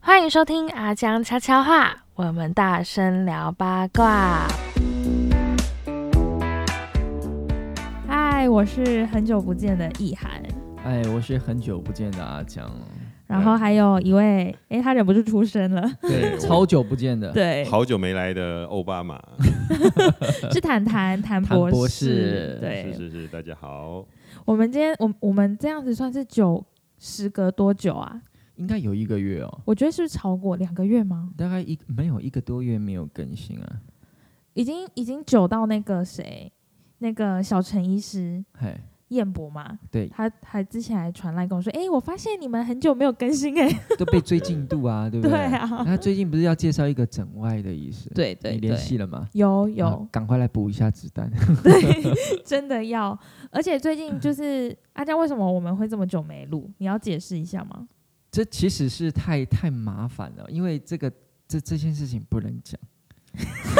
欢迎收听阿江悄悄话，我们大声聊八卦。嗨，我是很久不见的意涵，哎，我是很久不见的 阿强，然后还有一位，哎，他忍不住出声了，对，我超久不见 的，，对，好久没来的奥巴马，是谈谈谭谭博博士是对，是是，大家 好，我们今天我我们这样子算是久，时隔多久啊？应该有一个月哦，我觉得是不是超过两个月吗？大概一没有一个多月没有更新啊，已经已经久到那个谁，那个小陈医师嘿，彦博嘛，，对他还之前还传来跟我说，哎，我发现你们很久没有更新哎、都被追进度啊，对不 对？对啊那最近不是要介绍一个整外的医师，对对你联系了吗？有有、啊赶快来补一下子弹。对， 真的要。而且最近嗯就是阿江，为什么我们会这么久没录？你要解释一下吗？这其实是太太麻烦了，因为这个这这件事情不能讲。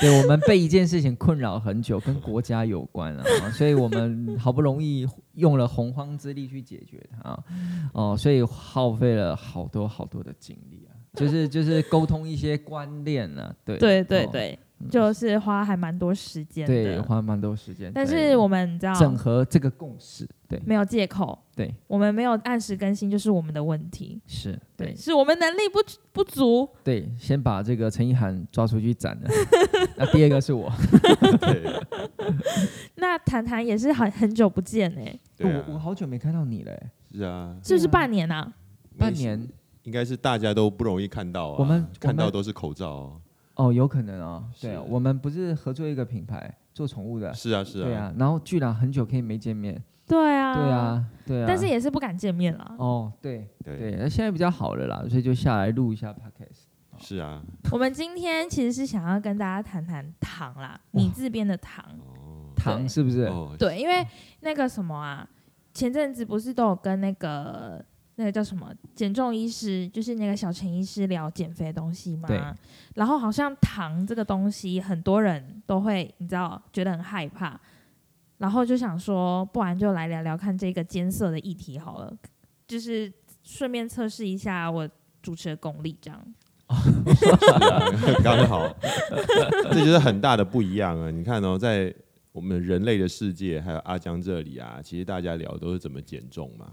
对，我们被一件事情困扰很久，跟国家有关啊， 所以我们好不容易用了洪荒之力去解决它啊，哦，所以耗费了好多好多的精力啊，就是就是沟通一些观念啊，对对对哦对，嗯就是花还蛮多时间对，的。花蛮多时间，但对是我们你知道整合这个共识，对没有借口，对我们没有按时更新就是我们的问题，是，对对，是我们能力不不足。对，先把这个陈意涵抓出去斩 了，那第二个是我。对那谈谈也是很很久不见哎、对啊哦我我好久没看到你了欸，是啊，是不是半年啊？半年应该是大家都不容易看到啊，我们看我到们都是口罩哦，哦，有可能啊、对啊，是我们不是合作一个品牌做宠物的，是啊是对啊，然后居然很久可以没见面，对啊，对，啊，对啊，但是也是不敢见面了。哦， 对对，对那现在比较好了啦，所以就下来录一下 podcast。是啊，我们今天其实是想要跟大家谈谈糖啦，米字边的糖。哦糖是不是？哦对，因为那个什么啊，前阵子不是都有跟那个那个叫什么减重医师，就是那个小陈医师聊减肥的东西嘛对。然后好像糖这个东西，很多人都会你知道觉得很害怕，然后就想说，不然就来聊聊看这个艰涩的议题好了，就是顺便测试一下我主持的功力这样。是啊 刚好， 这就是很大的不一样啊！你看哦，在我们人类的世界，还有阿江这里啊，其实大家聊都是怎么减重嘛。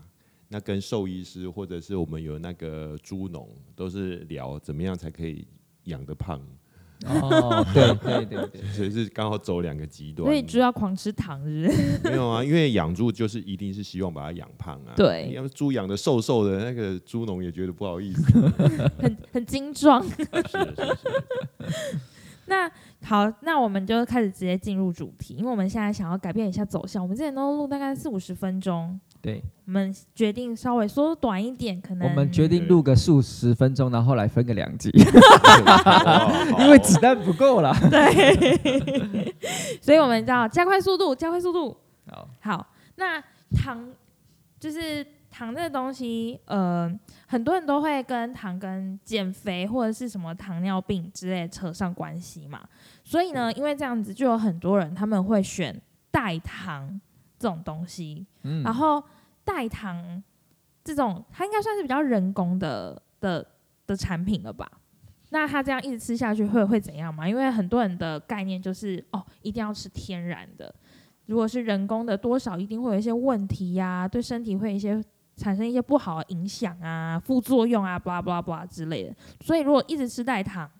那跟兽医师或者是我们有那个猪农，都是聊怎么样才可以养得胖，哦，对对对对，所以 是刚好走两个极端。所以猪要狂吃糖是不是？ 没有啊，因为养猪就是一定是希望把它养胖啊。对你要是猪养的瘦瘦的，那个猪农也觉得不好意思。啊很很精壮。 是 是是，那好，那我们就开始直接进入主题，因为我们现在想要改变一下走向。我们之前都录大概四五十分钟，对，我们决定稍微缩短一点，可能我们决定录个数十分钟，然后来分个两集，啊 因 因为子弹不够了。对， 所以我们要加快速度，加快速度。好，好，那糖就是糖这个东西，呃，很多人都会跟糖跟减肥或者是什么糖尿病之类扯上关系嘛。所以呢，因为这样子，就有很多人他们会选代糖这种东西，嗯然后代糖这种，它应该算是比较人工的的的产品了吧？那它这样一直吃下去会会怎样嘛？因为很多人的概念就是哦，一定要吃天然的，如果是人工的，多少一定会有一些问题呀、对身体会有一些产生一些不好的影响啊、副作用啊、巴拉巴拉巴拉之类的。所以如果一直吃代糖，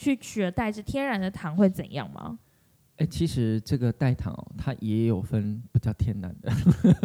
去取而代之天然的糖会怎样吗？哎、其实这个代糖哦，它也有分比较天然的，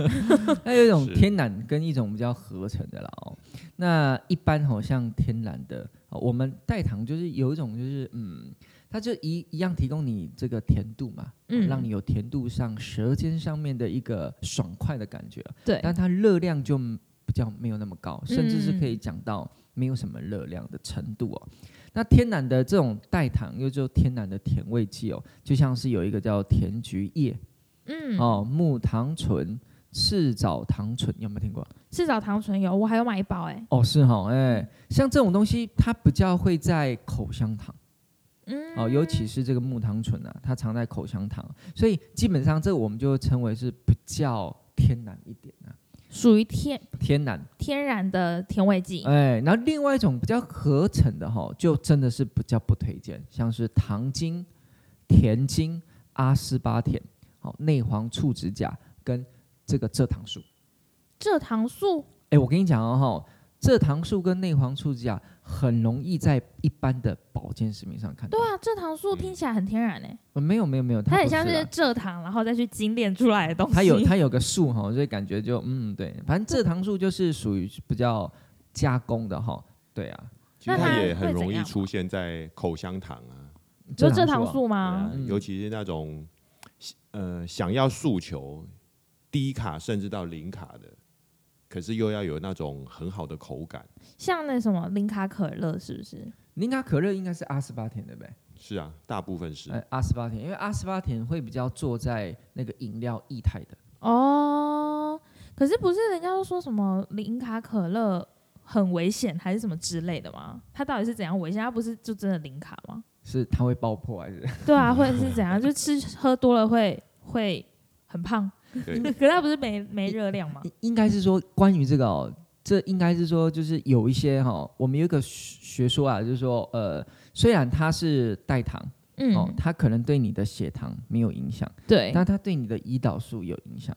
它有一种是天然跟一种比较合成的啦哦。那一般好、像天然的，哦我们代糖就是有一种就是嗯，它就一一样提供你这个甜度嘛，哦嗯让你有甜度上舌尖上面的一个爽快的感觉，对但它热量就比较没有那么高，甚至是可以嗯讲到没有什么热量的程度哦。那天然的这种代糖，又叫天然的甜味剂哦，就像是有一个叫甜菊叶、嗯，哦、木糖醇、赤藻糖醇，有没有听过？赤藻糖醇有，我还有买一包哎、哦，是哈、哦，哎，像这种东西，它比较会在口香糖。嗯，哦，尤其是这个木糖醇啊，它藏在口香糖，所以基本上这个我们就称为是比较天然一点啊。属于天天然。天然的甜味剂。哎，然后另外一种比较合成的哈，就真的是比较不推荐，像是糖精、甜精、阿斯巴甜、好内黄醋指甲跟这个蔗糖素。蔗糖素哎，我跟你讲哦，哈，蔗糖素跟内黄醋指甲很容易在一般的保健食品上看到。对啊，蔗糖素听起来很天然诶、欸呃，没有没有没有，它很不像是是啦蔗糖，然后再去精炼出来的东西。它有它有个数哈，所以感觉就嗯对，反正蔗糖素就是属于比较加工的哈，对啊，其实那它它会也很怎容易样出现在口香糖啊，就蔗啊糖素对啊吗？嗯尤其是那种呃想要诉求低卡甚至到零卡的，可是又要有那种很好的口感。像那什么零卡可乐是不是？零卡可乐应该是阿斯巴甜对不对？是啊，大部分是。呃，阿斯巴甜，因为阿斯巴甜会比较做在那个饮料液态的，哦，可是不是人家都说什么零卡可乐很危险，还是什么之类的吗？它到底是怎样危险？它不是就真的零卡吗？是它会爆破还是？对啊，会是怎样？就吃喝多了会会很胖，对，可是它不是没没热量吗？应应该是说关于这个哦，这应该是说就是有一些哈、我们有一个学学说啊，就是说呃，虽然它是代糖哦嗯，，哎它可能对你的血糖没有影响，对，但它对你的胰岛素有影响。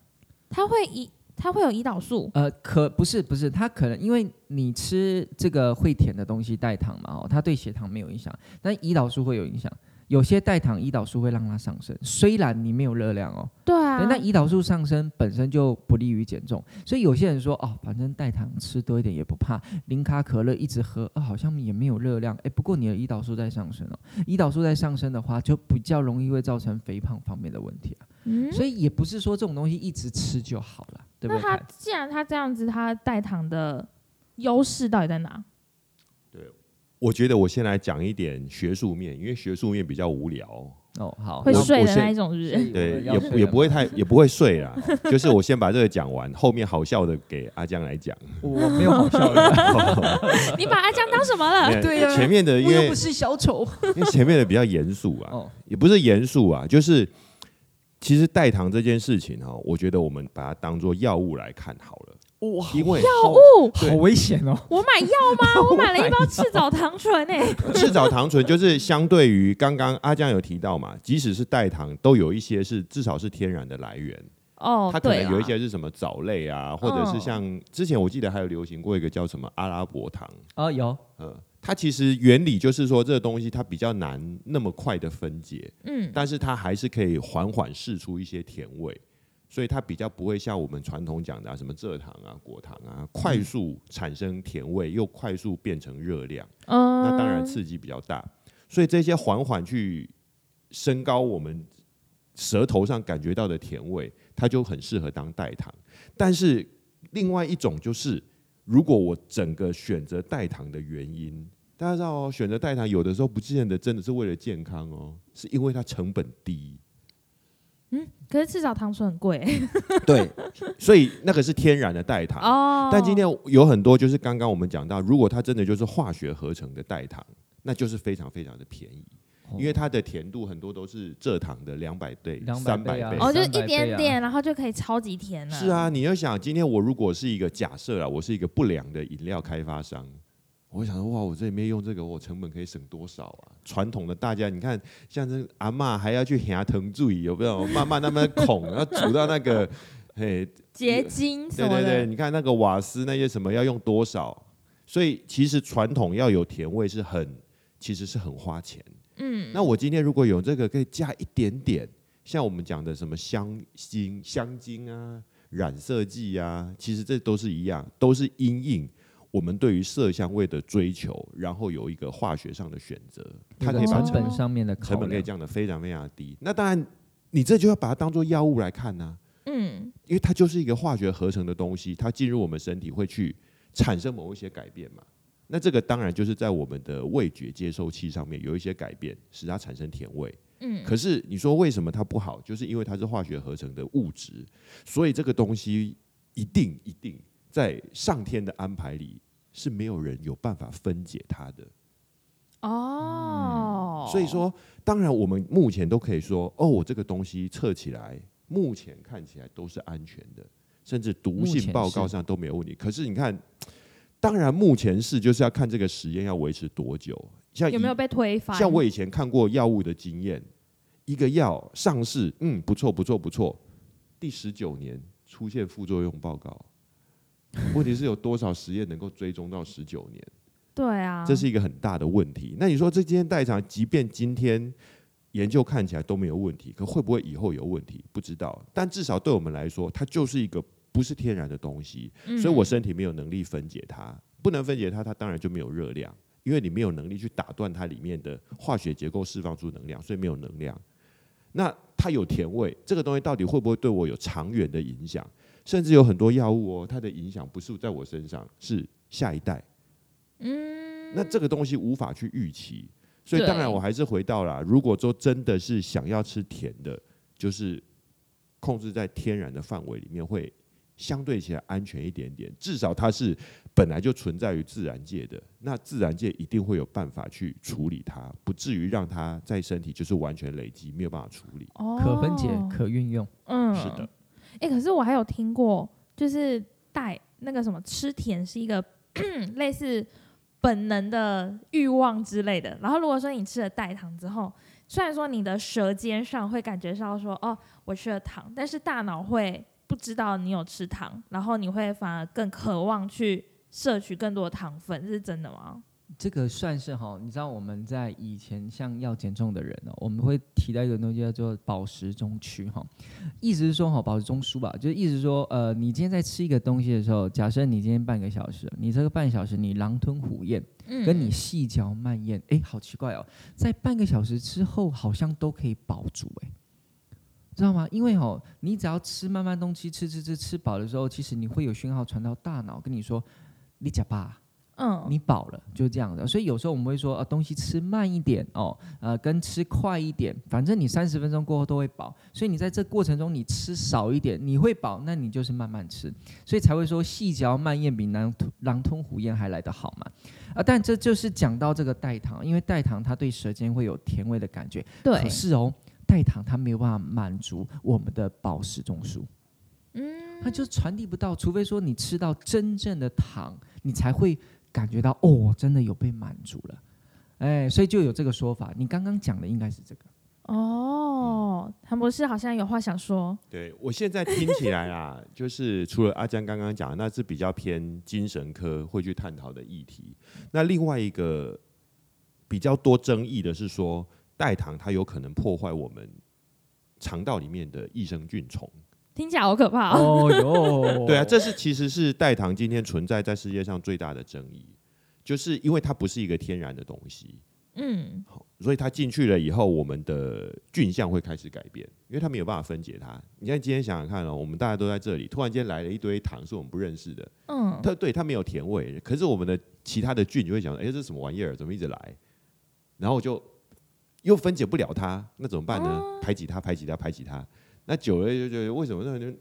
它会胰它会有胰岛素，呃，可不是不是，它可能因为你吃这个会甜的东西代糖嘛，哦，它对血糖没有影响，但胰岛素会有影响。有些代糖胰岛素会让它上升，虽然你没有热量哦，对啊对，那胰岛素上升本身就不利于减重，所以有些人说哦，反正代糖吃多一点也不怕，零卡可乐一直喝，啊，好像也没有热量，哎，不过你的胰岛素在上升哦，胰岛素在上升的话，就比较容易会造成肥胖方面的问题啊，嗯，所以也不是说这种东西一直吃就好了，对不那对？它既然它这样子，它代糖的优势到底在哪？我觉得我先来讲一点学术面，因为学术面比较无聊。哦，好，会我睡我的先那一种是不是？对，要也睡不了也不会吗。太也不会睡啦。 就是我先把这个讲完，后面好笑的给阿江来 讲。我没有好 笑的， 你把阿江当什么了？对啊前面的因我又为不是小丑。因为前面的比较严肃啊，哦，也不是严肃啊，就是其实代糖这件事情哈、我觉得我们把它当做药物来看好了，哇，因为哦，对好危险哦！我买药 吗？我买了一包赤藻糖醇欸诶、赤藻糖醇就是相对于刚刚阿江有提到嘛，即使是代糖，都有一些是至少是天然的来源， 哦，它可对啊能有一啦些是什么藻类啊，或者哦是像之前我记得还有流行过一个叫什么阿拉伯糖，啊，有呃，它其实原理就是说这个东西它比较难那么快的分解，嗯，但是它还是可以缓缓释出一些甜味，所以它比较不会像我们传统讲的、啊、什么蔗糖啊、果糖啊，快速产生甜味又快速变成热量，嗯，那当然刺激比较大，所以这些缓缓去升高我们舌头上感觉到的甜味，它就很适合当代糖。但是另外一种就是，如果我整个选择代糖的原因。大家知道哦，选择代糖有的时候不见得真的是为了健康哦，是因为它成本低。可是赤藻糖醇很贵、 对，所以那个是天然的代糖。哦。啊但今天有很多就是刚刚我们讲到，如果它真的就是化学合成的代糖，那就是非常非常的便宜，因为它的甜度很多都是蔗糖的两百倍、 200三百倍啊哦，就300一倍啊点点，然后就可以超级甜了。是，啊，你要想，今天我如果是一个假设啊，我是一个不良的饮料开发商，我会想说，哇，我这里面用这个，我成本可以省多少啊？传统的大家，你看，像这阿嬷还要去牙疼注意，有没有？慢慢那么孔， 然后煮到那个，嘿，结晶什对么对的，对，你看那个瓦斯那些什么要用多少，所以其实传统要有甜味是很，其实是很花钱。嗯，那我今天如果有这个，可以加一点点，像我们讲的什么香精、香精啊、染色剂啊，其实这都是一样，都是因应我们对于色香味的追求，然后有一个化学上的选择，它可以把嗯成成本上面的考成本可以量降得非常非常低。那当然，你这就要把它当做药物来看呐、啊嗯，因为它就是一个化学合成的东西，它进入我们身体会去产生某一些改变嘛。那这个当然就是在我们的味觉接收器上面有一些改变，使它产生甜味。嗯可是你说为什么它不好？就是因为它是化学合成的物质，所以这个东西一定一定在上天的安排里是没有人有办法分解它的。哦，嗯所以，说，当然我们目前都可以说，哦，我这个东西测起来，目前看起来都是安全的，甚至毒目前性报告是上都没有问题。可是你看，当然目前是就是要看这个实验要维持多久，像有没以有被推翻？像我以前看过药物的经验，一个药上市，嗯，不错不错不错，第十九年出现副作用报告，问题是有多少实验能够追踪到十九年？对啊，这是一个很大的问题。那你说这今天代偿，即便今天研究看起来都没有问题，可会不会以后有问题？不知道。但至少对我们来说，它就是一个不是天然的东西，嗯所以我身体没有能力分解它，不能分解它，它当然就没有热量，因为你没有能力去打断它里面的化学结构释放出能量，所以没有能量。那它有甜味，这个东西到底会不会对我有长远的影响？甚至有很多药物哦，它的影响不是在我身上，是下一代。嗯，那这个东西无法去预期，所以对当然我还是回到啦，如果说真的是想要吃甜的，就是控制在天然的范围里面，会相对起来安全一点点。至少它是本来就存在于自然界的，那自然界一定会有办法去处理它，不至于让它在身体就是完全累积，没有办法处理。哦可分解、可运用。嗯，是的。哎、可是我还有听过，就是带那个什么吃甜是一个 类似本能的欲望之类的。然后如果说你吃了代糖之后，虽然说你的舌尖上会感觉到说哦我吃了糖，但是大脑会不知道你有吃糖，然后你会反而更渴望去摄取更多的糖分，这是真的吗？这个算是哈，你知道我们在以前像要减重的人呢、我们会提到一个东西叫做饱食中枢哈，意思是说哈，饱食中枢吧，就是意思是说呃，你今天在吃一个东西的时候，假设你今天半个小时，你这个半小时你狼吞虎咽，嗯，跟你细嚼慢咽，哎、好奇怪哦，在半个小时之后好像都可以饱足哎、诶知道吗？因为哦，你只要吃慢慢东西吃吃吃吃饱的时候，其实你会有讯号传到大脑跟你说，你假吧。嗯，你饱了，就这样的。所以有时候我们会说，呃，东西吃慢一点哦，呃，跟吃快一点，反正你三十分钟过后都会饱。所以你在这过程中，你吃少一点，你会饱，那你就是慢慢吃。所以才会说细嚼慢咽比狼吞狼吞虎咽还来得好嘛。啊、但这就是讲到这个代糖，因为代糖它对舌尖会有甜味的感觉，对可，是哦。代糖它没有办法满足我们的饱食中枢，嗯，它就传递不到，除非说你吃到真正的糖，你才会感觉到哦，真的有被满足了。哎，所以就有这个说法。你刚刚讲的应该是这个，哦，谭博士好像有话想说，对我现在听起来啊，就是除了阿江刚刚讲的，那是比较偏精神科会去探讨的议题。那另外一个比较多争议的是说，代糖它有可能破坏我们肠道里面的益生菌虫。听起来好可怕、 哦。哦哟，对啊，这是其实是代糖今天存在在世界上最大的争议，就是因为它不是一个天然的东西，嗯，所以它进去了以后，我们的菌相会开始改变，因为它没有办法分解它。你看今天想想看哦，我们大家都在这里，突然间来了一堆糖是我们不认识的，嗯，它对它没有甜味，可是我们的其他的菌就会想，哎、这是什么玩意儿？怎么一直来？然后就又分解不了它，那怎么办呢？排挤它，排挤它，排挤它。那久了就觉得为什么那就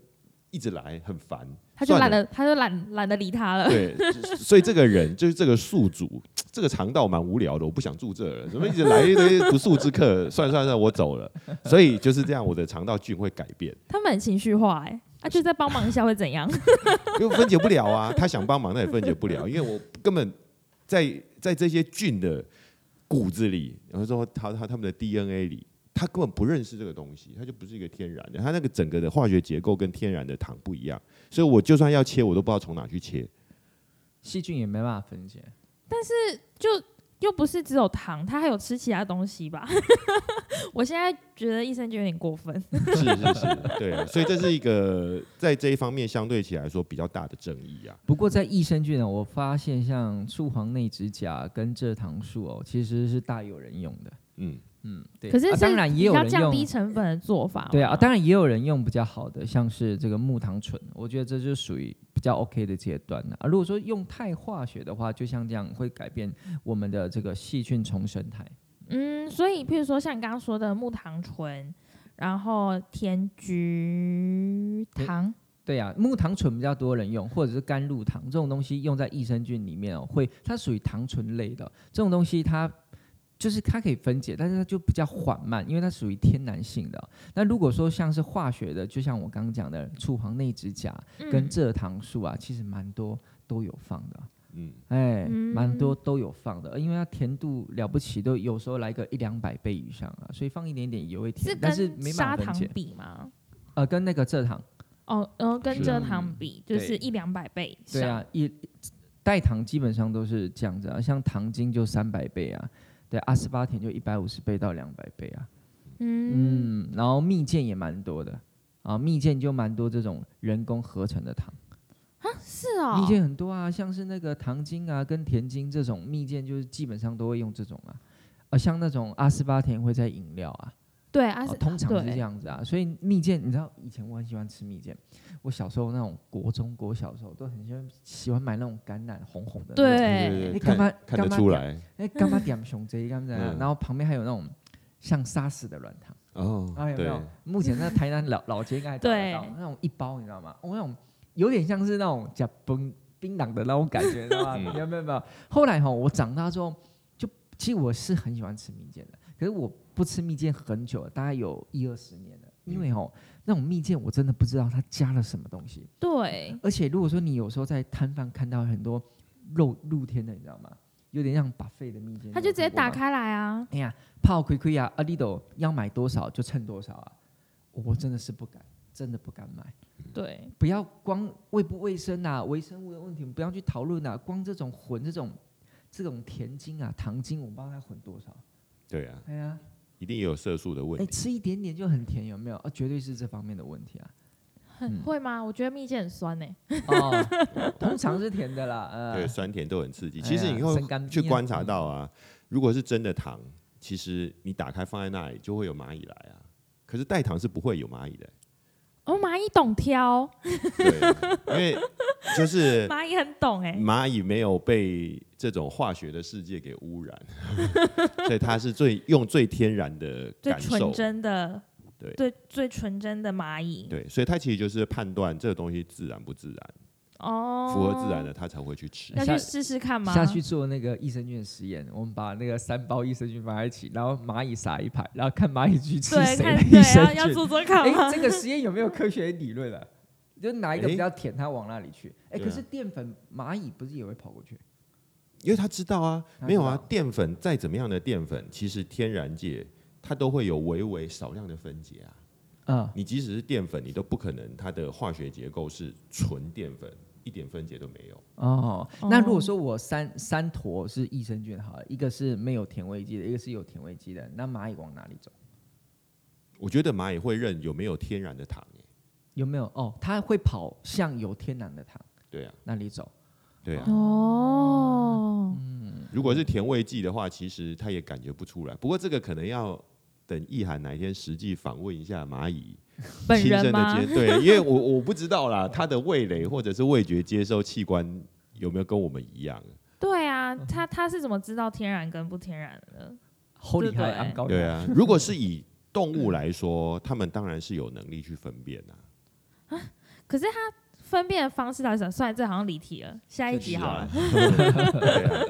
一直来很烦？他就算懒了得，他就懒懒得理他了。 对，就所以这个人就是这个宿主，这个肠道蛮无聊的，我不想住这儿了，怎么一直来一堆不速之客？算了算了算了，我走了。所以就是这样，我的肠道菌会改变，他们很情绪化、哎，啊，就再帮忙一下会怎样？ 因为分解不了啊。他想帮忙，但也分解不了，因为我根本在在这些菌的骨子里，然后说他他他们的 DNA 里。他根本不认识这个东西，他就不是一个天然的，他那个整个的化学结构跟天然的糖不一样，所以我就算要切，我都不知道从哪去切。细菌也没办法分解。就又不是只有糖，他还有吃其他东西吧？ 我现在觉得医生就有点过分。是是是， 对啊，所以这是一个在这一方面相对起来说比较大的争议啊。不过在益生菌呢，我发现像树黄内指甲跟蔗糖素哦，其实是大有人用的。嗯，嗯，对。可是啊是当然也有比较人降用低成本的做法嘛。对啊，当然也有人用比较好的，像是这个木糖醇，我觉得这就属于比较 OK 的阶段啊。如果说用太化学的话，就像这样会改变我们的这个细菌重生态。嗯，所以譬如说像你刚刚说的木糖醇，然后甜菊糖，对啊，木糖醇比较多人用，或者是甘露糖这种东西用在益生菌里面哦，会它属于糖醇类的这种东西，它就是它可以分解，但是它就比较缓慢，因为它属于天然性的。那如果说像是化学的，就像我刚刚讲的醋黄内酯甲嗯跟蔗糖素啊，其实蛮多都有放的。啊嗯，哎，嗯蛮多都有放的，呃因为它甜度了不起，都有时候来个一两百倍以上啊，所以放一点点也会是甜，但是跟没砂办法分糖解。比吗？呃，跟那个蔗糖，哦，然后跟是蔗糖比，就是啊对一两百倍以对上。啊，一代糖基本上都是这样子啊，像糖精就三百倍啊，对，阿斯巴甜就一百五十倍到两百倍啊，嗯，嗯，然后蜜饯也蛮多的啊，蜜饯就蛮多这种人工合成的糖。是哦蜜，饯很多啊，像是那个糖精啊、跟甜精这种蜜饯，就是基本上都会用这种啊。呃，像那种阿斯巴甜会在饮料啊，对啊，哦是通常是对这样子啊。所以蜜饯，你知道以前我很喜欢吃蜜饯，我小时候那种国中、国小的时候都很喜欢喜欢买那种橄榄红红的那种。对，你干嘛看看得干嘛出来哎，干嘛点熊贼，干嘛怎 样嗯然后旁边还有那种像沙士的软糖。哦啊，，有没对，有？目前在台南老老街应该还找得到对那种一包，你知道吗？哦，那种有点像是那种假崩槟榔的那种感觉，你知道吗？ 嗯没有没有没有。后来哈，我长大之后，就其实我是很喜欢吃蜜饯的，可是我不吃蜜饯很久了，大概有一二十年了。嗯因为哦，那种蜜饯我真的不知道它加了什么东西，对，而且如果说你有时候在摊贩看到很多露露天的，你知道吗？有点像把肺的蜜饯，他就直接打开。开来啊，哎呀，泡亏亏啊，阿里斗要买多少就称多少啊！我真的是不敢，真的不敢买。对，不要光卫不卫生啊，微生物的问题我们不要去讨论啊。光这种混这种这种甜精啊、糖精，我不知道它混多少。对啊，哎呀，一定也有色素的问哎，题。吃一点点就很甜，有没有？啊，绝对是这方面的问 题啊。很会吗？我觉得蜜饯很酸欸呢。哦，通常是甜的啦。对，呃，酸甜都很刺激。哎其实呀你生干会去面观察到啊，如果是真的糖，其实你打开放在那里就会有蚂蚁来啊。可是代糖是不会有蚂蚁的，哦，蚂蚁懂挑，对，啊因为就是蚂蚁很懂哎。蚂蚁没有被这种化学的世界给污染， 所以它是最用最天然的最感纯受。真的，对最最纯真的蚂蚁，对，所以它其实就是判断这个东西自然不自然，哦，符合自然的，它才会去吃。要下去试试看吗？下去做那个益生菌的实验，我们把那个三包益生菌放在一起，然后蚂蚁撒一排，然后看蚂蚁去吃对，谁看的益对，生要菌。要做做看吗哎，？这个实验有没有科学理论啊？ 就哪一个比较甜，它往那里去。哎，对啊可是淀粉蚂蚁不是也会跑过去？因为他知道啊，他知道没有啊，淀粉再怎么样的淀粉，其实天然界它都会有微微少量的分解啊。嗯，你即使是淀粉，你都不可能它的化学结构是纯淀粉，一点分解都没有。哦哦，那如果说我三三坨是益生菌好了，一个是没有甜味剂的，一个是有甜味剂的，那蚂蚁往哪里走？我觉得蚂蚁会认有没有天然的糖、欸，有没有？哦，它会跑向有天然的糖对啊，那里走。对啊。哦，嗯如果是甜味剂的话，其实它也感觉不出来。不过这个可能要等意涵哪一天实际访问一下蚂蚁，本亲人身吗的？接 对，因为我我不知道啦，它的味蕾或者是味觉接收器官有没有跟我们一样。对啊，他他是怎么知道天然跟不天然的？好厉害，对昂高对，啊， 如果是以动物来说，它们当然是有能力去分辨啊。可是他分辨的方式到底是什么？算了，这好像离题了，下一集是好啊了。，对啊，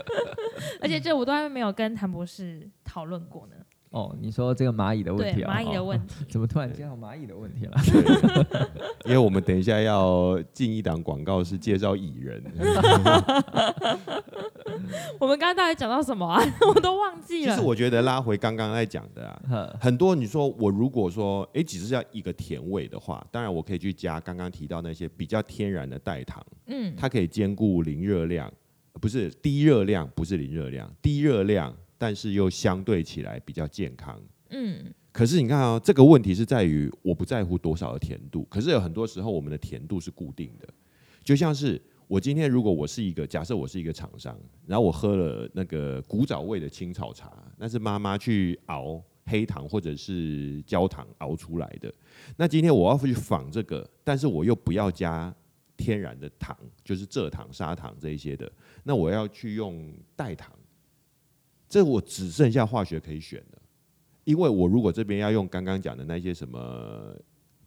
而且这我都还没有跟谭博士讨论过呢。哦，你说这个蚂蚁的问对题啊？蚂蚁的哦问题，怎么突然间有蚂蚁的问题 了？因为我们等一下要进一档广告，是介绍蚁 人。我们刚刚到底讲到什么啊？ 我都忘记其了实。我觉得拉回刚刚在讲的啊，呵很多你说我如果说，哎，只是要一个甜味的话，当然我可以去加刚刚提到那些比较天然的代糖，嗯，它可以兼顾零热量，呃不是低热量，不是零热量，低热量，但是又相对起来比较健康。嗯，可是你看啊、这个问题是在于我不在乎多少的甜度，可是有很多时候我们的甜度是固定的，就像是我今天如果我是一个假设我是一个厂商，然后我喝了那个古早味的青草茶，那是妈妈去熬黑糖或者是焦糖熬出来的，那今天我要去仿这个，但是我又不要加。天然的糖就是蔗糖、砂糖这一些的，那我要去用代糖，这我只剩下化学可以选了。因为我如果这边要用刚刚讲的那些什么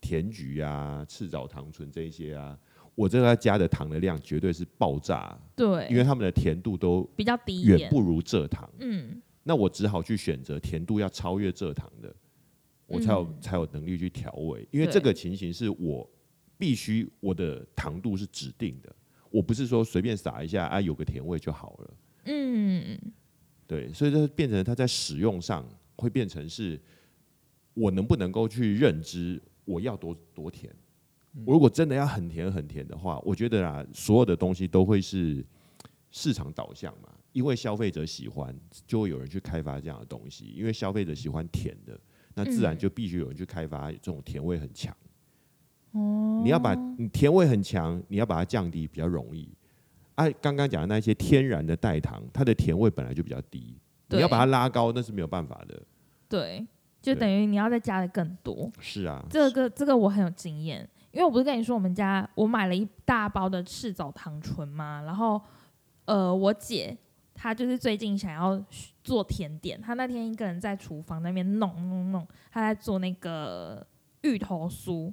甜菊啊、赤藻糖醇这一些啊，我这个要加的糖的量绝对是爆炸，因对，为它们的甜度都比较低一远点。不如蔗糖。嗯，那我只好去选择甜度要超越蔗糖的，我才有、才有能力去调味，因为嗯对这个情形是我必须我的糖度是指定的，我不是说随便撒一下啊有个甜味就好了。嗯，对，所以这变成它在使用上会变成是，我能不能够去认知我要多多甜？我如果真的要很甜很甜的话，我觉得啊，所有的东西都会是市场导向嘛，因为消费者喜欢，就会有人去开发这样的东西，因为消费者喜欢甜的，那自然嗯就必须有人去开发这种甜味很强。哦，你要把你甜味很强，你要把它降低比较容易。啊，刚刚讲的那些天然的代糖，它的甜味本来就比较低，对你要把它拉高那是没有办法的。对，就对等于你要再加的更多。是啊，这个这个我很有经验，因为我不是跟你说我们家我买了一大包的赤藻糖醇嘛，然后呃，我姐她就是最近想要做甜点，她那天一个人在厨房那边弄弄弄，她在做那个芋头酥。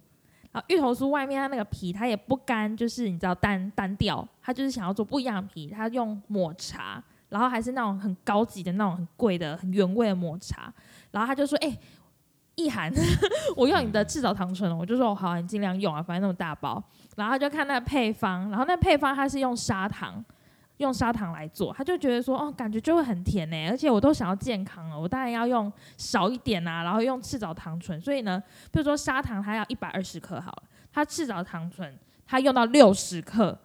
然后芋头酥外面它那个皮，它也不干，就是你知道单单调，它就是想要做不一样的皮，它用抹茶，然后还是那种很高级的那种很贵的很原味的抹茶，然后他就说：“哎、意涵， 我用你的赤藻糖醇了。”我就说：“好、啊，你尽量用啊，反正那么大包。”然后他就看那个配方，然后那配方它是用砂糖，用砂糖来做，他就觉得说：“哦，感觉就会很甜呢、而且我都想要健康了，我当然要用少一点啊，然后用赤藻糖醇。所以呢，比如说砂糖它要一百二十克好了，它赤藻糖醇它用到六十克，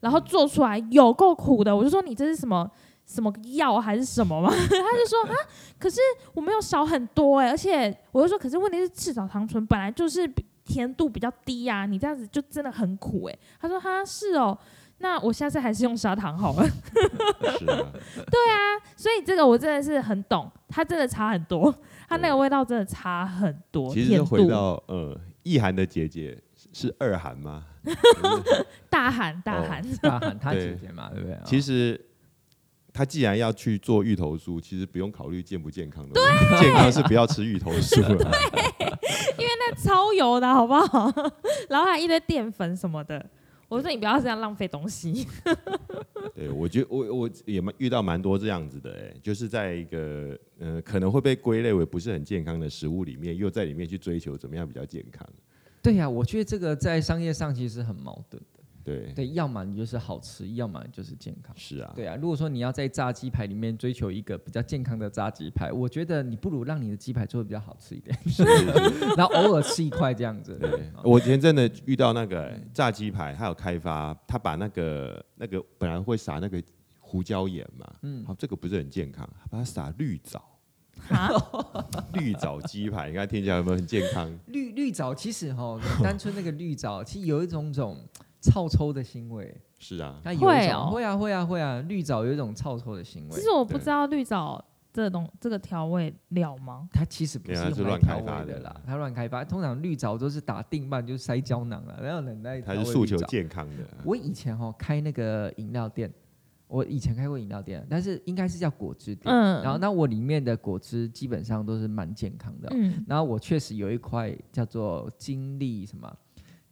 然后做出来有够苦的。我就说你这是什么什么药还是什么吗？他就说啊，可是我没有少很多哎、而且我就说，可是问题是赤藻糖醇本来就是比甜度比较低呀、你这样子就真的很苦哎、他说哈是哦。那我下次还是用砂糖 好了，是啊，所以这个我真的是很懂，它真的差很多，它那个对味道真的差很多。其实甜就回度到呃，意涵的姐姐是是二涵 吗？大喊大哦喊，他喊他对姐姐嘛，对不对？其实。她既然要去做芋头酥，其实不用考虑健不健康的问题，健康是不要吃芋头 酥啊了。超油的好不好？ 然后还一堆淀粉什么的。我说你不要这样浪费东西。对，我觉得我我也蛮遇到蛮多这样子的、欸，就是在一个呃可能会被归类为不是很健康的食物里面，又在里面去追求怎么样比较健康。对呀、我觉得这个在商业上其实很矛盾的。对，对，要么你就是好吃，要么你就是健康。是啊，对啊，如果说你要在炸鸡排里面追求一个比较健康的炸鸡排，我觉得你不如让你的鸡排做的比较好吃一点，是是是 然后偶尔吃一块这样子。对 好我前真的遇到那个欸、炸鸡排，它有开发，它把那个那个本来会撒那个胡椒盐嘛，嗯，好，这个不是很健康，它把它撒绿藻，啊， 绿藻鸡排，你看听起来有没有很健康？绿绿藻其实 哈，单纯那个绿藻其实有一种种臭臭的腥味，是啊，它有一会种哦会啊会啊会啊，绿藻有一种臭臭的腥其味实。我不知道绿藻这东这个调味料吗？它其实不没有是它是用来乱调开发味的的啦，它乱开发。通常绿藻都是打定半就是塞胶囊了，然后能在它调是味诉绿求藻健康 的，嗯我以前哦开那个饮料店，我以前开过饮料店，但是应该是叫果汁店。嗯，然后那我里面的果汁基本上都是蛮健康的哦、嗯然后我确实有一块叫做金栗什么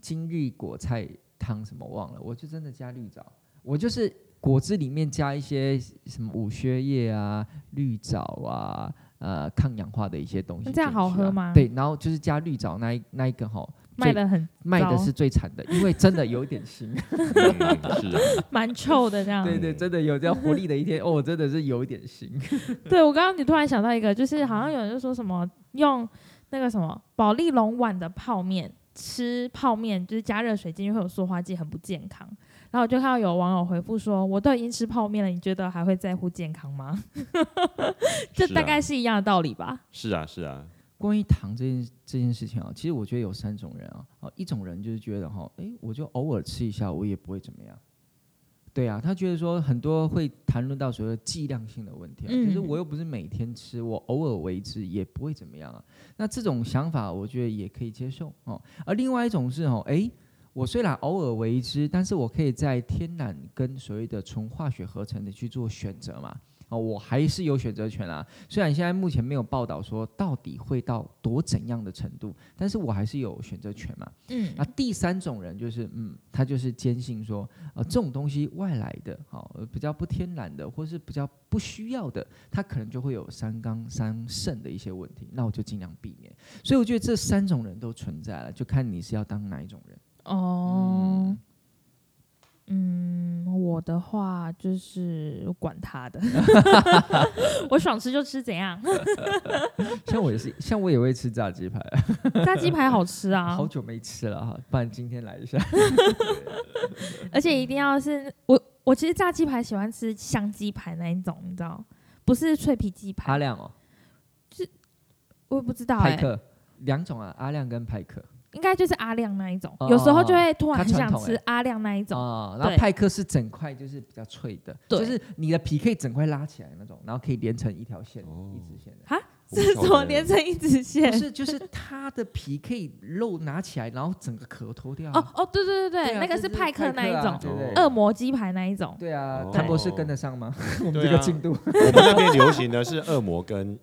金栗果菜汤什么忘了，我就真的加绿藻，我就是果汁里面加一些什么五靴叶啊、绿藻啊。呃，抗氧化的一些东西、啊那哦这样好喝吗对，然后就是加绿藻那一那一个哈，最卖的很卖的糟是最惨的，因为真的有一点腥。嗯是啊。蛮臭的这样。对对，真的有这样活力的一天，哦，真的是有一点腥。对我刚刚你突然想到一个，就是好像有人就说什么用那个什么保利龙碗的泡面吃泡面，就是加热水进去会有塑化剂，很不健康。然后我就看到有网友回复说：“我都已经吃泡面了，你觉得还会在乎健康吗？”嗯 这是啊大概是一样的道理吧。是啊，是啊，关于糖这件这件事情啊，其实我觉得有三种人啊，啊，一种人就是觉得哈，诶，我就偶尔吃一下，我也不会怎么样。对啊，他觉得说很多会谈论到所谓的剂量性的问题、啊，嗯就是我又不是每天吃，我偶尔为之也不会怎么样啊。那这种想法我觉得也可以接受哦。而另外一种是哦，诶，我虽然偶尔为之，但是我可以在天然跟所谓的纯化学合成的去做选择嘛。哦，我还是有选择权啊啦。虽然现在目前没有报道说到底会到多怎样的程度，但是我还是有选择权嘛。嗯那第三种人就是，嗯，他就是坚信说，呃，这种东西外来的，好、呃比较不天然的，或是比较不需要的，他可能就会有三纲三肾的一些问题，那我就尽量避免。所以我觉得这三种人都存在了，就看你是要当哪一种人。哦，嗯，我的话就是我管他的， 我爽吃就吃怎样， 像我也是，像我也会吃炸鸡排，炸鸡排好吃啊好，久没吃了哈，不然今天来 一下。而嗯且一定要是我我其实炸鸡排喜欢吃香鸡排那一种，你知道，不是脆皮鸡阿排，亮哦，我也不知道哎、派克。两种啊，阿亮跟派克应该就是阿亮那一种，哦有时候就会突然它很传想统吃欸阿亮那一种，哦，然后对派克是整块，就是比较脆的，对就是你的皮可以整块拉起来那种，然后可以连成一条线，哦一直线的。我不这晓怎么得连成一直线不？是， 就是它的皮可以肉拿起来，然后整个壳脱掉。哦哦，对对对对啊，那个是这是派克那一派克种，啊对不对恶魔鸡排那一种，对啊哦，谭博士跟得上吗？我们对这个啊 进度我们那边流行的是恶魔跟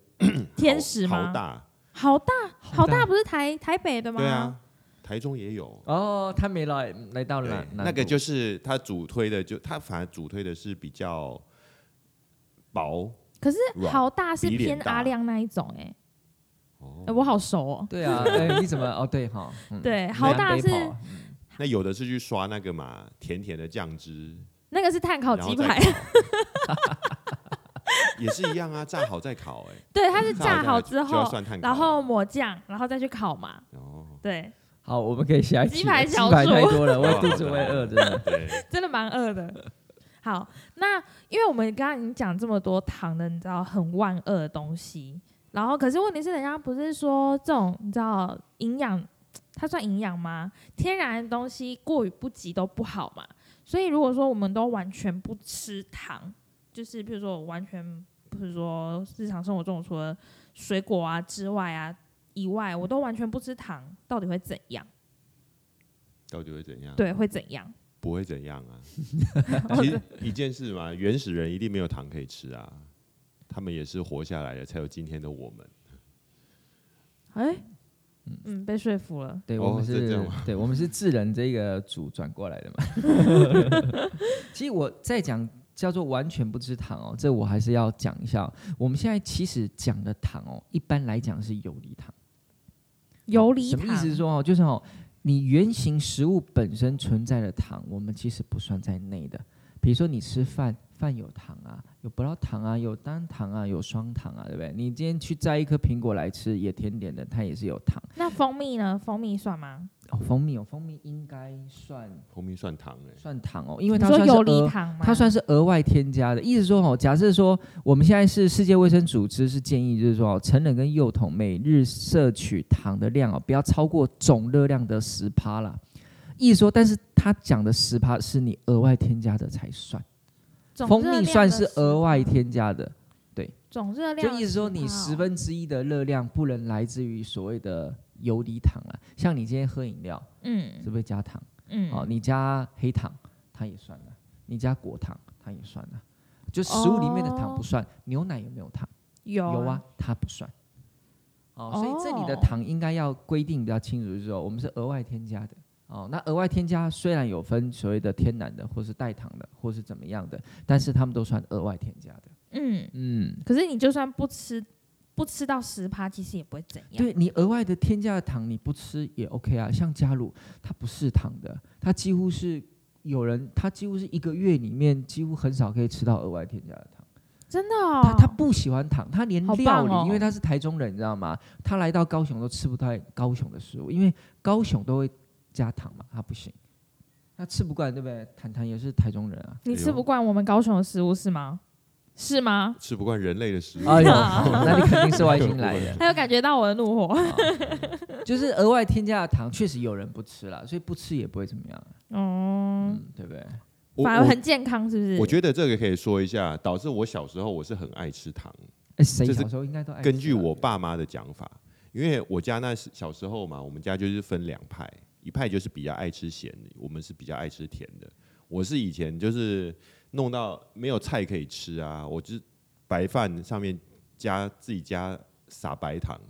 天使好吗好？大，好大，好大大，不是台台北的吗？对啊，台中也有。哦，他没来来到对南，南那个部就是他主推的就，他反而主推的是比较薄可是软好大是比脸偏大阿亮那一种、欸，哦哎、，我好熟哦。对啊，哎，你怎么哦对哈，嗯对，好大南是北跑啊嗯那有的是去刷那个嘛，甜甜的酱汁，那个是碳烤然鸡后再排，烤也是一样啊，炸好再烤哎、对，它是炸炸好之就要后，算碳烤然后抹酱，然后再去烤嘛。哦，对，好，我们可以下一鸡期排了鸡小排猪太多了，我哦肚子会饿，真的。 对，真的蛮饿的。好，那因为我们刚刚已经讲这么多糖的，你知道很万恶的东西，然后可是问题是，人家不是说这种你知道营养，它算营养吗？天然的东西过于不及都不好嘛。所以如果说我们都完全不吃糖，就是比如说我完全，比如说日常生活中除了水果啊之外啊以外，我都完全不吃糖，到底会怎样？到底会怎样？对，会怎样？不会怎样 啊。其实一件事嘛，原始人一定没有糖可以吃啊，他们也是活下来的，才有今天的我们。哎、嗯，被说服了。对，哦我们是这是样吗，对，我们是智人这个组转过来的嘛。 其实我在讲叫做完全不吃糖哦，这我还是要讲一下哦。我们现在其实讲的糖哦，一般来讲是游离糖。游离什糖，么意思是说哦，就是哦，你原型食物本身存在的糖，我们其实不算在内的。比如说你吃饭，饭有糖啊，有葡萄糖啊，有单糖啊，有双糖啊，对不对？你今天去摘一颗苹果来吃，也甜甜的，它也是有糖。那蜂蜜呢？蜂蜜算吗？哦，蜂蜜哦，蜂蜜应该算红米算糖哎、算糖哦，因为你它说算是游离额糖吗？它算是额外添加的，意思说哦，假设说我们现在是世界卫生组织是建议，就是说哦，成人跟幼童每日摄取糖的量哦，不要超过总热量的十趴啦。意思说，但是他讲的十趴是你额外添加的才算，总蜂热蜜量算的是10额外添加的，总热量的10%就哦，意思说你十分之一的热量不能来自于所谓的游离糖啊，像你今天喝饮料是嗯不是加糖？嗯哦，你加黑糖它也算了，你加果糖它也算了，就食物里面的糖不算，牛奶有没有糖？有有啊，，它不算。哦，所以这里的哦糖应该要规定比较清楚，就是说我们是额外添加的。哦，那额外添加虽然有分所谓的天然的，或是代糖的，或是怎么样的，但是他们都算额外添加的。嗯。嗯，可是你就算不吃，不吃到十趴，其实也不会怎样。对你额外的添加的糖你不吃也 OK 啊，像加乳它不是糖的，它几乎是有人他几乎是一个月里面几乎很少可以吃到额外添加的糖，真的哦。他他不喜欢糖，他连好料棒理，哦因为他是台中人，你知道吗？他来到高雄都吃不太高雄的食物，因为高雄都会加糖嘛，他不行，他吃不惯，对不对？坦坦也是台中人啊， 你哎吃不惯我们高雄的食物是吗？是吗？吃不惯人类的食物。 哎呦，那你肯定是外星来的。哦他有感觉到我的怒火。就是额外添加的糖，确实有人不吃啦，所以不吃也不会怎么样，哦，嗯，对不对？我反而我很健康，是不是？我觉得这个可以说一下，导致我小时候我是很爱吃糖。哎，谁这是小时候应该都爱吃根据啊吧我爸妈的讲法，因为我家那时小时候嘛，我们家就是分两派，一派就是比较爱吃咸的，我们是比较爱吃甜的。我是以前就是弄到没有菜可以吃啊，我就白饭上面加自己加撒白糖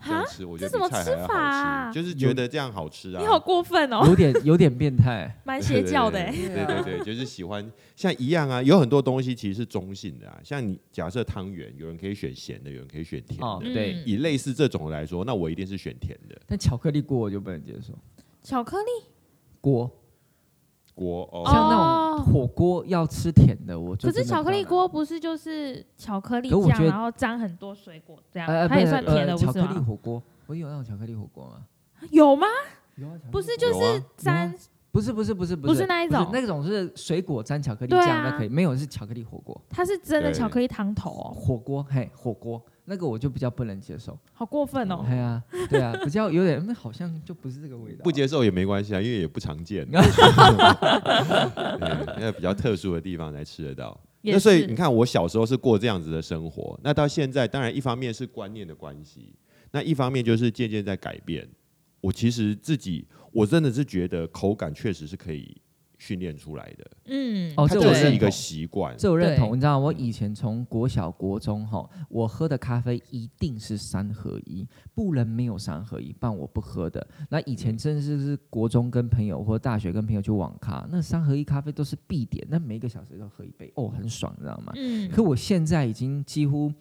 这样哈吃，我觉这得怎么比菜还吃要好法啊吃，就是觉得这样好吃啊。你好过分哦，有点有点变态。 蛮对邪教的 欸。对对对对对，就是喜欢像一样啊，有很多东西其实是中性的啊，像你假设汤圆，有人可以选咸的，有人可以选甜的。哦对嗯以类似这种来说，那我一定是选甜的但巧克力锅我就不能接受，巧克力锅锅哦。像那种火锅要吃甜的，我就可是真的巧克力不知道锅不是就是巧克力可我酱，觉得然后沾很多水果这样，呃呃它也不是算甜的，呃不巧是克力吗？火锅，我有那种巧克力火锅吗？有吗？有啊，巧克力不是，就有啊是沾不是不是不是不不是那一种那种是水果沾巧克力对啊酱那可以，没有是巧克力火锅它是真的对巧克力汤头哦，火锅嘿火锅那个我就比较不能接受，好过分哦！哎呀对啊，比较有点嗯好像就不是这个味道，不接受也没关系啊，因为也不常 见，对那比较特殊的地方才吃得到。也那所以是你看，我小时候是过这样子的生活，那到现在，当然一方面是观念的关系，那一方面就是渐渐在改变。我其实自己，我真的是觉得口感确实是可以训练出来的，嗯，哦它这就我是认一个同习惯。这我认对同，你知道我以前从国小、国中哈，我喝的咖啡一定是三合一，不能没有三合一，不然我不喝的。那以前真是是国中跟朋友或大学跟朋友去网咖，那三合一咖啡都是必点，那每个小时都喝一杯，哦，很爽，你知道吗？嗯，可我现在已经几乎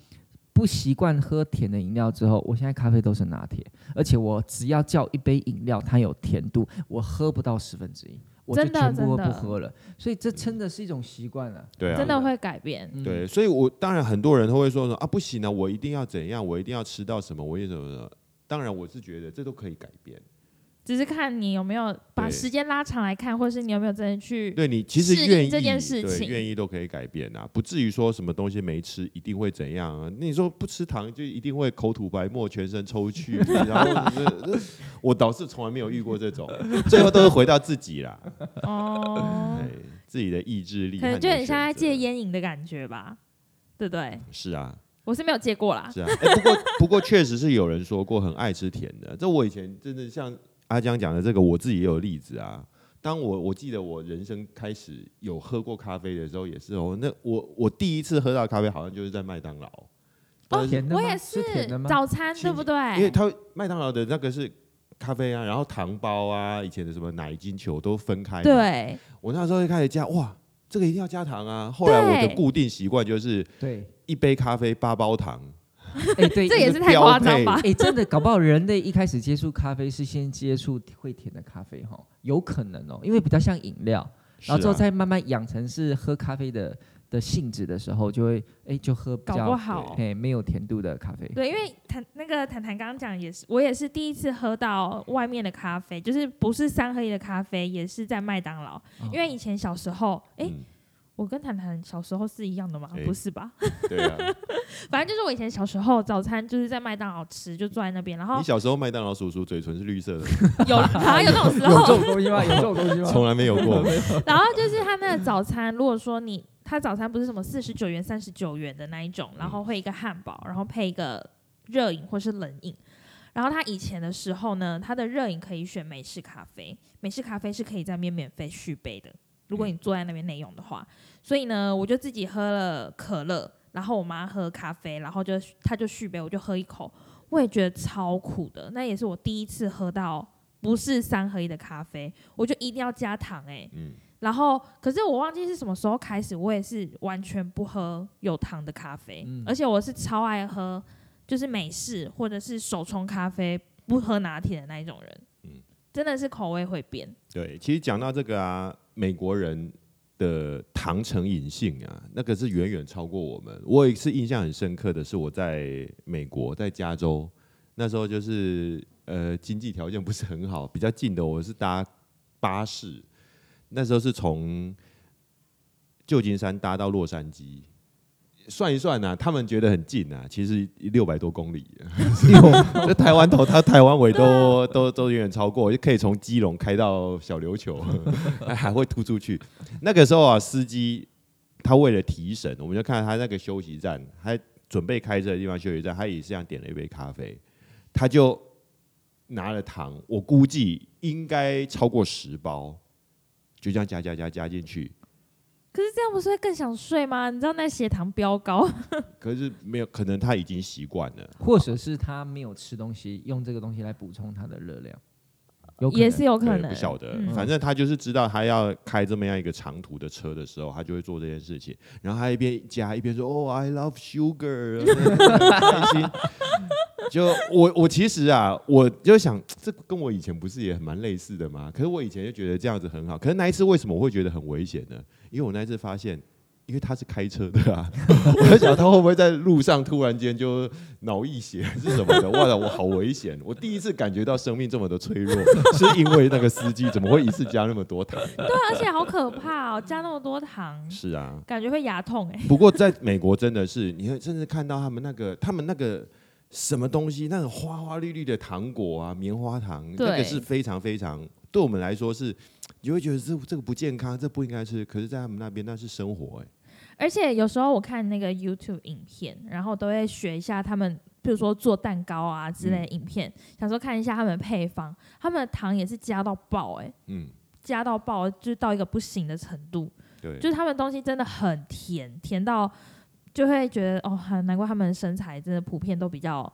不习惯喝甜的饮料，之后我现在咖啡都是拿铁，而且我只要叫一杯饮料，它有甜度，我喝不到十分之一，我就真的全部真的不喝了。所以这真的是一种习惯了。对啊，真的会改变。嗯对，所以我当然很多人都会说说啊，不行啊，我一定要怎样，我一定要吃到什么，我一定什么的。当然，我是觉得这都可以改变。只是看你有没有把对时间拉长来看，或是你有没有真的去对你其实适应愿意这件事对情愿意都可以改变啊，不至于说什么东西没吃一定会怎样啊。那你说不吃糖就一定会口吐白沫、全身抽搐， 然后这这我倒是从来没有遇过这种，最后都是回到自己啦，哦， 对自己的意志力和可你能的选择。就很像在戒烟瘾的感觉吧，对不对？是啊，我是没有戒过啦，是啊，哎，不过不过确实是有人说过很爱吃甜的，这我以前真的像阿江讲的这个，我自己也有例子啊。当我我记得我人生开始有喝过咖啡的时候，也是哦，那我我第一次喝到咖啡好像就是在麦当劳，哦甜的我吗也是甜的吗早餐其实对不对？因为它麦当劳的那个是咖啡啊，然后糖包啊，以前的什么奶精球都分开。，对，我那时候就开始加，哇，这个一定要加糖啊。后来我的对固定习惯就是对，一杯咖啡八包糖，哎、 对，这也因为是太夸张吧 哎、？真的，搞不好人类一开始接触咖啡是先接触会甜的咖啡哈，有可能哦，因为比较像饮料，然后之后是啊再慢慢养成是喝咖啡的的性质的时候，就会哎、就喝比搞不较好。哎、没有甜度的咖啡。对，因为谈那个谈谈刚刚讲也是，我也是第一次喝到外面的咖啡，就是不是三合一的咖啡，也是在麦当劳。因为以前小时候，哎、嗯我跟谈谈小时候是一样的吗？诶不是吧？对啊。反正就是我以前小时候早餐就是在麦当劳吃，就坐在那边，然后你小时候麦当劳叔叔嘴唇是绿色的吗，有好像有那种时有这候，种东西吗？有这种东西吗？ 从来没有过。然后就是他那个早餐，如果说你他早餐不是什么四十九元、三十九元的那一种，然后会一个汉堡，然后配一个热饮或是冷饮。然后他以前的时候呢，他的热饮可以选美式咖啡，美式咖啡是可以在那边免费续杯的，如嗯果你坐在那边内用的话。所以呢，我就自己喝了可乐，然后我妈喝咖啡，然后就他就续杯，我就喝一口，我也觉得超苦的。那也是我第一次喝到不是三合一的咖啡，我就一定要加糖哎、嗯，然后，可是我忘记是什么时候开始，我也是完全不喝有糖的咖啡，嗯而且我是超爱喝就是美式或者是手冲咖啡，不喝拿铁的那一种人。嗯真的是口味会变，对，其实讲到这个啊，美国人的糖成瘾性啊，那个是远远超过我们。我有一次印象很深刻的是，我在美国，在加州，那时候就是呃经济条件不是很好，比较近的我是搭巴士，那时候是从旧金山搭到洛杉矶。算一算呢、啊，他们觉得很近啊，其实六百多公里， 就台湾头，他台湾尾都都都远远超过，就可以从基隆开到小琉球，还还会突出去。那个时候啊，司机他为了提神，我们就看他那个休息站，他准备开车的地方休息站，他也是这样点了一杯咖啡，他就拿了糖，我估计应该超过十包，就这样加加加加进去，可是这样不是会更想睡吗？你知道那血糖飙高，可是没有，可能他已经习惯了。或者是他没有吃东西，用这个东西来补充他的热量，有可能。也是有可对，能。不晓得，嗯反正他就是知道他要开这么样一个长途的车的时候，他就会做这件事情。然后他一边加一边说：“哦，I love sugar。”开心。就我我其实啊，我就想，这跟我以前不是也蛮类似的吗？可是我以前就觉得这样子很好。可是那一次为什么我会觉得很危险呢？因为我那一次发现，因为他是开车的啊， 我在想他会不会在路上突然间就脑溢血 还是什么的，哇塞，我好危险！我第一次感觉到生命这么的脆弱， 是因为那个司机怎么会一次加那么多糖？对啊，而且好可怕哦，加那么多糖， 是啊，感觉会牙痛哎、不过在美国真的是，你会甚至看到他们那个他们那个。什么东西？那个花花绿绿的糖果啊，棉花糖，对那个是非常非常对我们来说是，你会觉得这这个不健康，这不应该吃。可是，在他们那边那是生活、哎，而且有时候我看那个 YouTube 影片，然后都会学一下他们，比如说做蛋糕啊之类的嗯影片，想说看一下他们的配方，他们的糖也是加到爆哎、嗯，加到爆，就是到一个不行的程度。对，就是他们东西真的很甜，甜到就会觉得哦，啊难怪他们的身材真的普遍都比较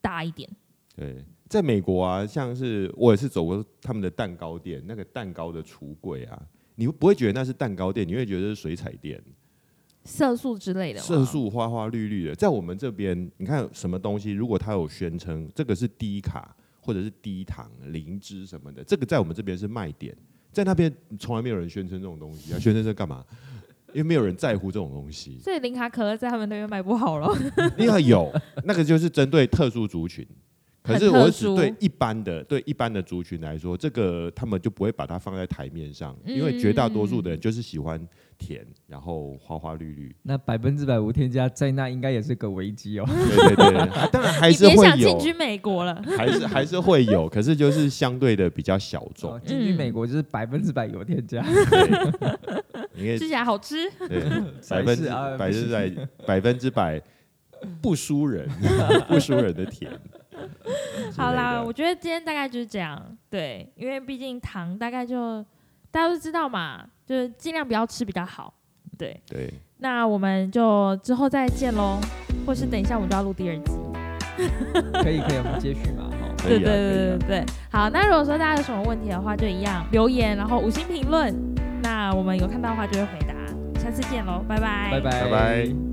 大一点。对，在美国啊，像是我也是走过他们的蛋糕店，那个蛋糕的橱柜啊，你不会觉得那是蛋糕店，你会觉得是水彩店，色素之类的吗，色素花花绿绿的。在我们这边，你看什么东西，如果它有宣称这个是低卡或者是低糖、灵芝什么的，这个在我们这边是卖点，在那边从来没有人宣称这种东西啊，宣称这干嘛？因为没有人在乎这种东西，所以零卡可乐在他们那边卖不好了。另外有那个就是针对特殊族群，可是很特我只殊对一般的对一般的族群来说，这个他们就不会把它放在台面上，因为绝大多数的人就是喜欢甜，然后花花绿绿那百分之百无添加，在那应该也是个危机哦。对对对，当然还你是别会想进军有，美国了，还是还是会有，可是就是相对的比较小众 哦。进军嗯美国就是百分之百有添加，对，因为吃起来好吃。对百分之啊百分之百百分之百不输人，不输人的甜。好啦，之类的我觉得今天大概就是这样。对，因为毕竟糖大概就大家都知道嘛，就是尽量不要吃比较好。对，对。那我们就之后再见喽，或是等一下我们就要录第二集。可以可以，我们接续嘛，好。可对对以啊可以对啊对对。好，那如果说大家有什么问题的话，就一样留言，然后五星评论。那我们有看到的话就会回答。下次见喽，拜拜，拜拜拜拜